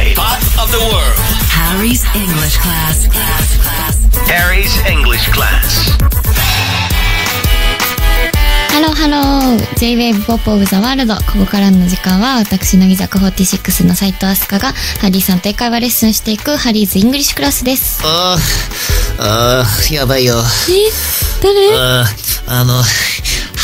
of the world. Harry's English class. class, class. Harry's English class. ハローハロー J-WAVE POP OF THE WORLD ここからの時間は私乃木坂46の斉藤飛鳥がハリーさんと英会話レッスンしていくハリーズイングリッシュクラスですあーあー、やばいよ。誰あーあの、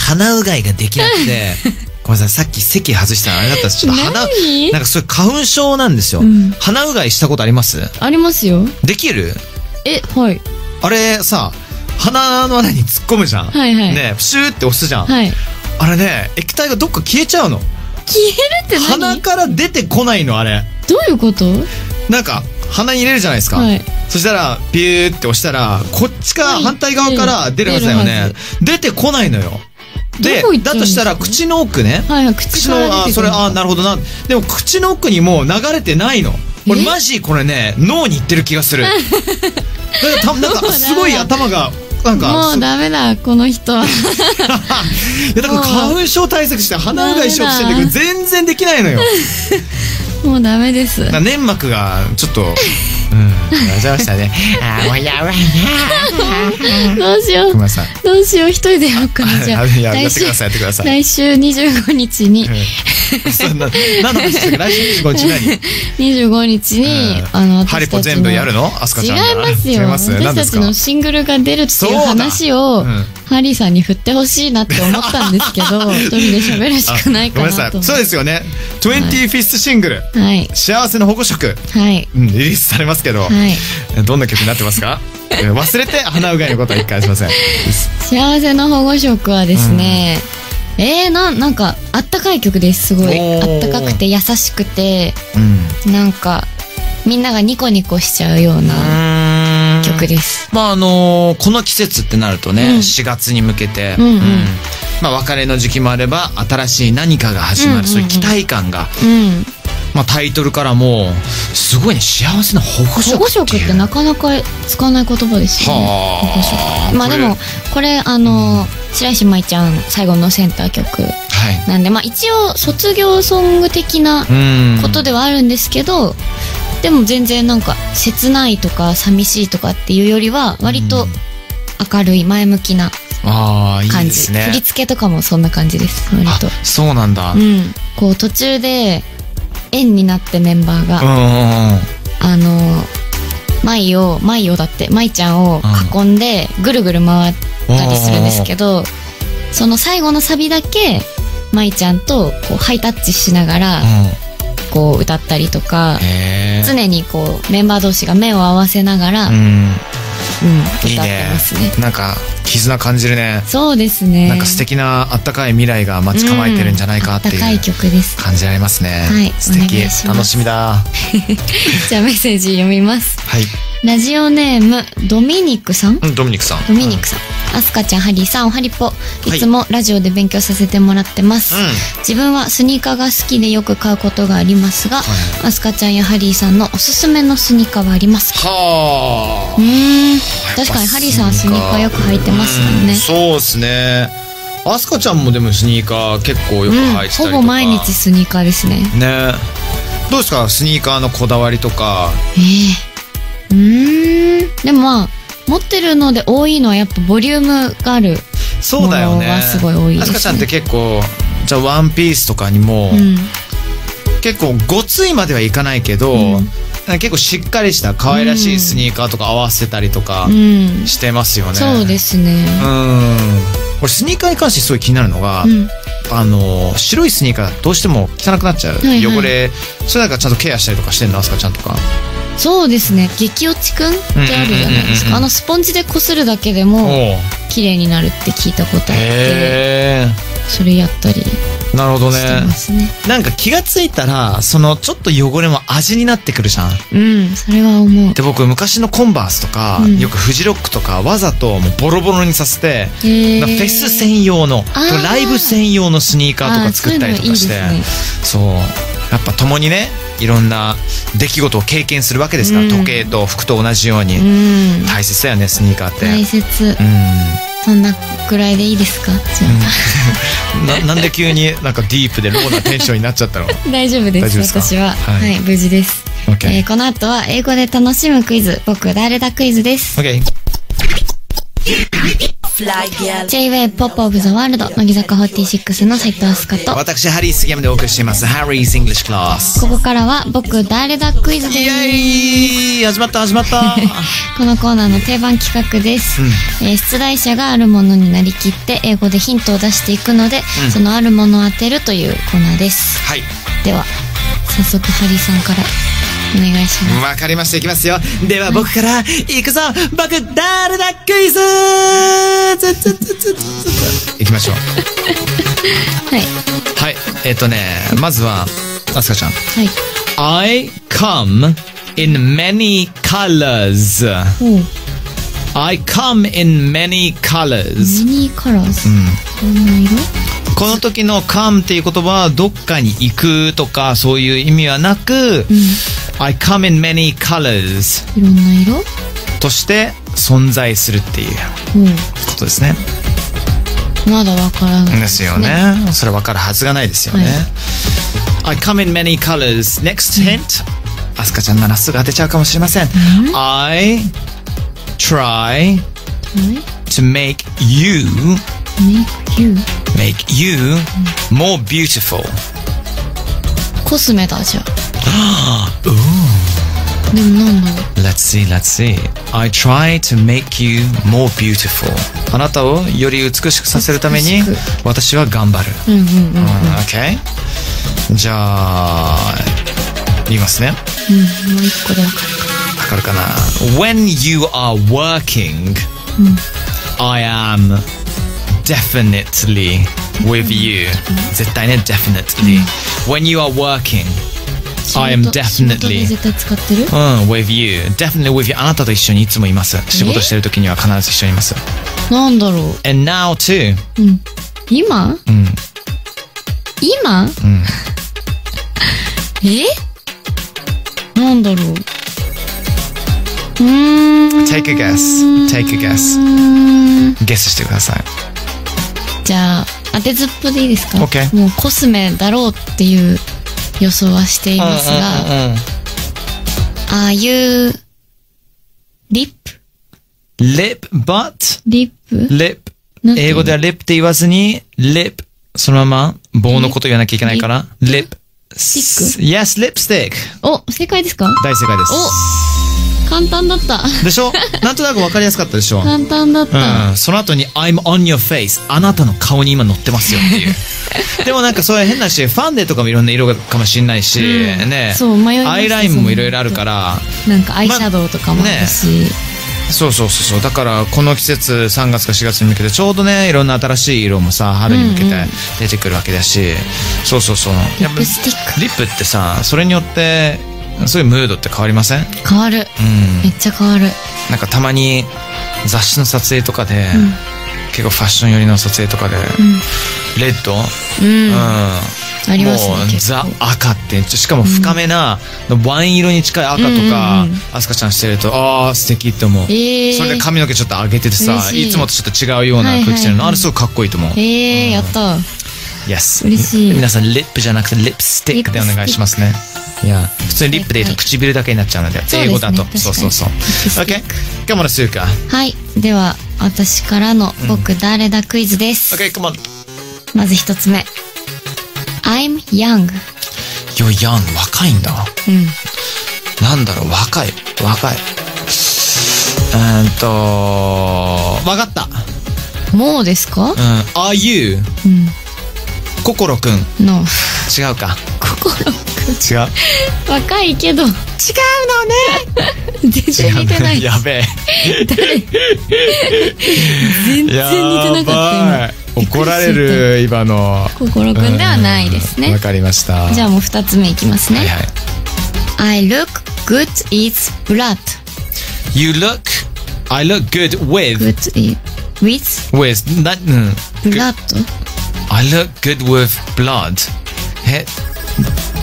鼻うがいができなく て、ごめんなさい、さっき席外したのあれだったんですちょっと鼻、何なんかそれ花粉症なんですよ。ん鼻うがいしたことありますありますよできるえ、はいあれさ、鼻の穴に突っ込むじゃん。はいはいね、プシューって押すじゃん。はい消あれね、液体がどっか消えちゃうの。えるって鼻何どから出てこないの、あれ。ういうことなんか、鼻に入れるじゃないですか。はいそしたら、ビューって押したら、こっちかはい反対側から出るはずだよ出るはね。出てこないのよ。でどこ行っ、ちゃだうんとですしかたら、口の奥ね。はいはい、口口かの、らあ、出てそくれ、るあ、なるほどな。でも、口の奥にもう流れてないの。俺、えマジこれね、脳に行ってる気 がする。だからた、なんそうか、だすごい頭が、なんか、 もうダメだ、この人はいや、だから花粉症対策して鼻うがいしようとしてんだけど、全然できない のよ。もうダメですだから粘膜が、ちょっ と、うん、やっちゃいましたね。あー、もうやばいな。どうしようごめんなさい。どうしよう、一人でやろうかなじゃあい やや来って週くださいやってください来週25日にうんそんな、何の話ですか来週25日何25日に、うんあの私たちのハリポ全部やるのアスカちゃんが違いますよ違います私何でたすちかのシングルが出るっていう話を、そうだうんハリーさんに振ってほしいなって思ったんですけ ど一人で喋るしあかないごかめんななさとい。そうですよね。25th シングル、はい幸せの保護色。はいうん、リリースされますけど、はいどんな曲になってますかえー忘れて鼻うがいのことは一回しません。幸せの保護色はですね、えー、ななんかあったかい曲ですすごいおーあったかくて優しくてうん。なんかみんながニコニコしちゃうような曲です、まああのーこの季節ってなるとね、うん4月に向けて、うんうんまあ、別れの時期もあれば新しい何かが始まる、うんうんうんそういう期待感が、うんまあ、タイトルからもすごいね幸せな保護保色護色ってっいうてなかなか使わない言葉ですよね保護はあ色まあでもここれあの白石麻衣ちゃん最後のセンター曲れはいなんでまあ一応卒業ソング的なうんことではあるんですけど、でも全然なんか切ないとか寂しいとかっていうよりは割と明るい前向きなああいい感でじすね振り付けとかもそんな感じです割とあそうなんだ、ううんうんんこう途中で円になってメンバーが、うんあの舞を舞をだって舞ちゃんを囲んでぐるぐる回ったりするんですけど、その最後のサビだけ舞ちゃんとこうハイタッチしながらこう歌ったりとか、へえ常にこうメンバー同士が目を合わせながら、ううんん歌っていいねますねなんか絆感じるねそうですねなんか素敵なあったかい未来が待ち構えてるんじゃないかってうんあったかいいう曲です感じられますね、はい素お敵願いします楽しみだはじゃあメッセージ読みますいラジオネームドミニクさんうんドミニクさんドミニクさん、アスカちゃんハリーさんおはりぽいいつもラジオで勉強させてもらってます、うん自分はスニーカーが好きでよく買うことがありますが、はアスカちゃんやハリーさんのおすすめのスニーカーはありますかはうあーん確かにハリーさんはスニーカーよく履いてますもんうねんそうですねアスカちゃんもでもスニーカー結構よく履いてたりとか、ほぼ毎日スニーカーですねねどうですかスニーカーのこだわりとかええうーんでもまあ持ってるので多いのはやっぱボリュームがあるそうだよものねがすごい多いですねアスカちゃんって結構じゃあワンピースとかにも、うん結構ごついまではいかないけど、うん結構しっかりした可愛らしいスニーカーとか合わせたりとかうんしてますよね、そうですねうん俺スニーカーに関してすごい気になるのが、うんあの白いスニーカーだとどうしても汚くなっちゃう、はいはい汚れそれなんかちゃんとケアしたりとかしてんのアスカちゃんとかそうですね激落ちくんってあるじゃないですうんうんうんうんかあのスポンジでこするだけでもう綺麗になるって聞いたことあってへそれやったりしえなるほどねてますねなんか気がついたらそのちょっと汚れも味になってくるじゃんうんそれは思うで僕昔のコンバースとか、うんよくフジロックとかわざともうボロボロにさせて、へなんかフェス専用のーライブ専用のスニーカーとか作ったりとかしてあーそういうのいいでそうやっぱ共にねいろんな出来事を経験するわけですから、うん時計と服と同じように、うん大切だよねスニーカーって、大切うんそんなぐらいでいいですかじゃななんで急になんかディープでローなテンションになっちゃった のあ 大丈夫です大丈夫ですか私は、ははいい無事です、 OK えーこの後は英語で楽しむクイズ僕誰だクイズです、 ?OK。 Fly girl. J-Way Pop of the World 乃木坂46の斉藤飛鳥と私、ハリー杉山でお送りしています。ハリーズ・イングリッシュ・クラス。ここからは僕誰だクイズですイエーイ始まった始ま ったこのコーナーの定番企画です、えー出題者があるものになりきって英語でヒントを出していくので、うんそのあるものを当てるというコーナーですはい。では早速ハリーさんからお願いしまわかりました。いきますよ。では僕から、いくぞ僕、誰だクイズつつつつつついきましょう。すはいはい。えっ、とね、まずは、あすかちゃん。はい I come in many colors. おう I come in many ミ colors. ニーカラーズ、こんな色この時の come っていう言葉はどっかに行くとかそういう意味はなく、I come in many colors いろんな色おうとして存在するっていうことですね。まだわからないですよね。それ分かるはずがないですよね。I come in many colors. Next hint. アスカちゃんならすぐ当てちゃうかもしれません。I try はい to make you Make you make you more beautiful. コスメだじゃあ でもなんだろ Let's see, let's see. I try to make you more beautiful. あなたをより美しくさせるために美し私は頑張る。ううんうんうんうん OK? じゃあ、言いますね。もう一個でわかるわかるかな ?When you are working,、I am definitely with you. 絶対ね、definitely.、When you are working, I am 仕事 definitely で絶対使ってるうん、with you. Definitely with you. あなたと一緒にいつもいます。仕事してる時には必ず一緒にいます。なんだろ And now too. う、うん、今、今、 えなんだろううーん Take a guess. Take a guess. ゲスしてください。じゃあ当てずっぽでいいですか OK もうコスメだろうっていう予想はしていますうんがうんうんああいうリップ lip, but, リップ lip. なんて言う英語では lip って言わずに、lip. そのまま棒のこと言わなきゃいけないから、lip. Stick？ Yes, lipstick. お正解ですか大正解です。簡単だったでしょなんとなくわかりやすかったでしょ簡単だった、うん、その後に「I'm on your face」あなたの顔に今乗ってますよっていうでもなんかそういう変なしファンデとかもいろんな色がかもしれないし、うんねそう迷いますアイラインもいろいろあるからなんかアイシャドウとかもあるし、そうそうそうそうだからこの季節3月か4月に向けてちょうどねいろんな新しい色もさ春に向けて出てくるわけだし、そうそうそうリップスティックリップってさそれによってそういうムードって変わりません変わる、めっちゃ変わるなんかたまに雑誌の撮影とかで、結構ファッション寄りの撮影とかで、レッド、うん、うんありますねもう結ザ構赤ってしかも深めな、ワイン色に近い赤とか、アスカちゃんしてるとああ素敵って思う、えーそれで髪の毛ちょっと上げててさ嬉しいいつもとちょっと違うような空気してるの、はいはいはいあれすごいかっこいいと思う、えー、やった yes 嬉しい皆さんリップじゃなくてリップスティックでお願いしますねいや普通にリップで言うと唇だけになっちゃうので、そうですね英語だと確かにそうそうそうリップス OK ティッ come on スーカはいでは私からの僕誰だクイズです、 OK come on まず一つ目 I'm young よやん若いんだうんなんだろう若い若いうーんとわかったもうですかうん Are you うん心くんの違うか心違う若いけど違うのね 全然似てないやべえ全然似てなかったやばい怒られる今の今心くんではないですうんねわかりましたじゃあもう二つ目いきますね、はいはい I look good is blood You look I look good with good is with with な、うん、 blood I look good with blood え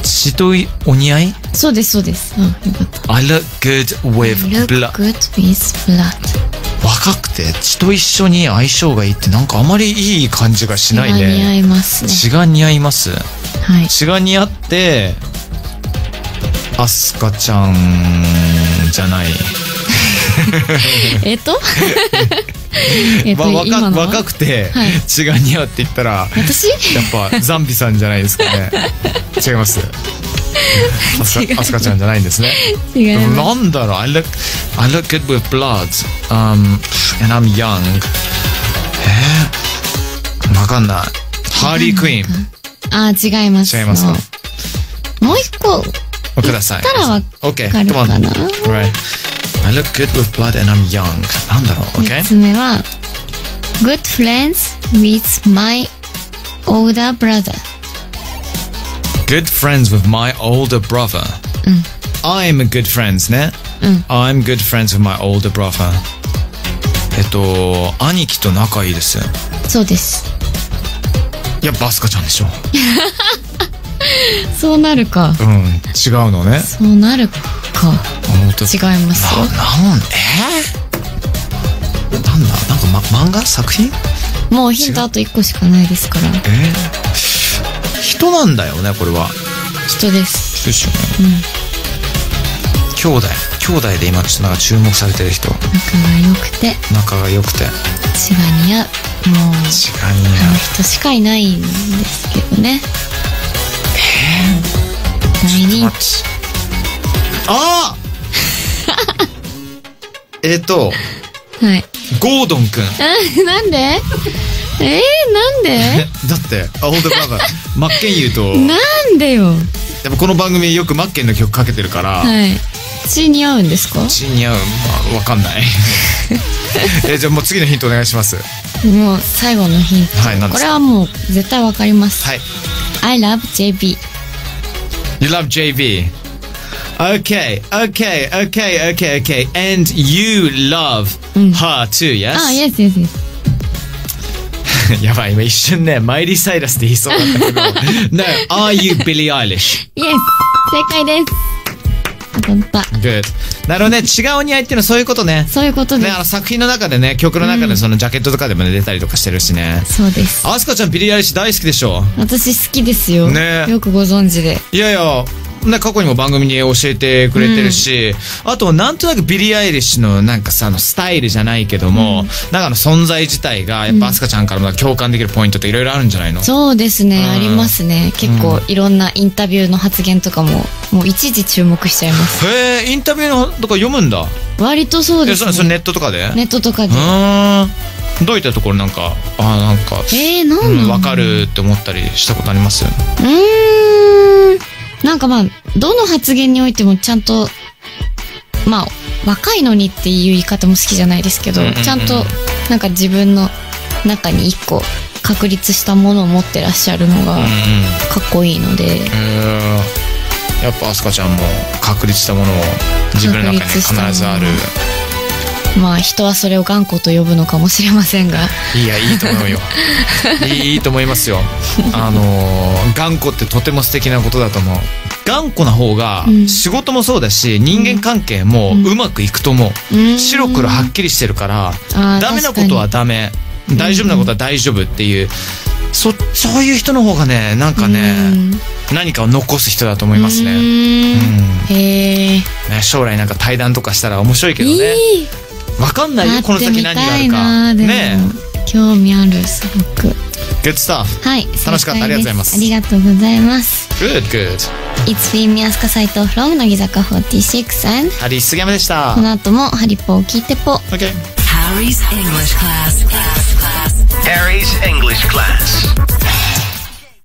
血といお似合いそうですそうですあよかった I look good with I look blood good with blood わ高くて血と一緒に相性がいいってなんかあまりいい感じがしない血が似合ねいますね。血が似合います はい。血が似合ってアスカちゃんじゃない、えっ とえっと、わ今若のは若くてはい血が似合うって言ったら、私やっぱザンビさんじゃないですかね違いますアスカアスカちゃんじゃないんですね違いますなんだろう I look, I look good with blood、um, and I'm young えー、わかんないハーリークイーンあー違います。違いますかもう一個、ください言ったらわか OK る come か on な right I look good with blood and I'm young なんだろう OK 三つ目は、Good friends with my older brother. Good friends with my older brother. I'm a good friends ね。I'm good friends with my older brother. えっと、兄貴と仲いいです。そうです。いや、バスカちゃんでしょ。そうなるか。うん、違うのね。そうなるか。違違いますな、よなん、えー、なんだ、なんか、ま、漫画作品もうヒントあと一個しかないですから。えー人なんだよね、これは。人です。人ですよね。兄弟。兄弟で今ちょっとなんか注目されてる人。仲が良くて、仲が良くて。違う血が似合う。もう、にあの人しかいないんですけどね。大人気。ああ えっと、はい。 ゴードンくん。あなんで えー、なん でだって、あ、オールドブラザー、マッケン言うと、やなんでよ。っぱこの番組よくマッケンの曲かけてるから、はい。血似合うんですか血に合う、まあ、わか んない。え、じゃあもう次のヒントお願いします。はもう最後のヒント。はい何でこすかれはもう絶対わかります。い。 I love JB. You love JV. Okay, okay, okay, okay, okay. And you love her too, yes? あ、yes, yes, yes. やばい、今一瞬ね、マイリー・サイラスで言いそうだったけど。no, are you Billie Eilish? Yes! 正解です。あばんぱ。 Good なるほどね違うお似合いっていうのはそういうことねそういうことでねあのす。作品の中でね曲の中でそのジャケットとかでもね出たりとかしてるしねそうです。あすかちゃんビリー・アイリッシュ大好きでしょ私好きですよ。ねよくご存知で。いやいやね、過去にも番組に教えてくれてるし、あとなんとなくビリー・アイリッシュのなんかさあのスタイルじゃないけども、なんかあの存在自体がやっぱアスカちゃんからも共感できるポイントっていろいろあるんじゃないのそうですね、ありますね。結構いろんなインタビューの発言とかも、もういちいち注目しちゃいます。へえインタビューのとか読むんだ割とそういでやすそれそれネね。ットとかでネットとかうで。ーんどういったところなんかあーなんかえー、なんだう、ろうんなわかるって思ったりしたことありますうーん。なんかまあ、どの発言においてもちゃんと、まあ、若いのにっていう言い方も好きじゃないですけど、うんうんうんちゃんと、なんか自分の中に一個確立したものを持ってらっしゃるのがうんうん。かっこいいので、えー、やっぱアスカちゃんも確立したものを自分の中に確立必したものずある。まあ人はそれを頑固と呼ぶのかもしれませんが、いや、いいと思うよ。いいと思いますよ。あのー頑固ってとても素敵なことだと思う。頑固な方がうん仕事もそうだし、人間関係もうまくいくと思う。うん白黒はっきりしてるから、あーダメなことはダメ大丈夫なことは大丈夫っていう、そそういう人の方がねなんかね、何かを残す人だと思いますうね,、ーうんんへえ、ね将来なんか対談とかしたら面白いけどねいいわかんない会よこのってみ先何があたるいかなでも、ね興味あるすごく Good stuff はい楽しかった正解ありがとでうごすざいますありがとうございます Good good It's been 宮塚斎藤 from 乃木坂46 and ハリー杉山でしたこの後もハリポを聞いてぽ OK Harry's English class. class, class. Harry's English class.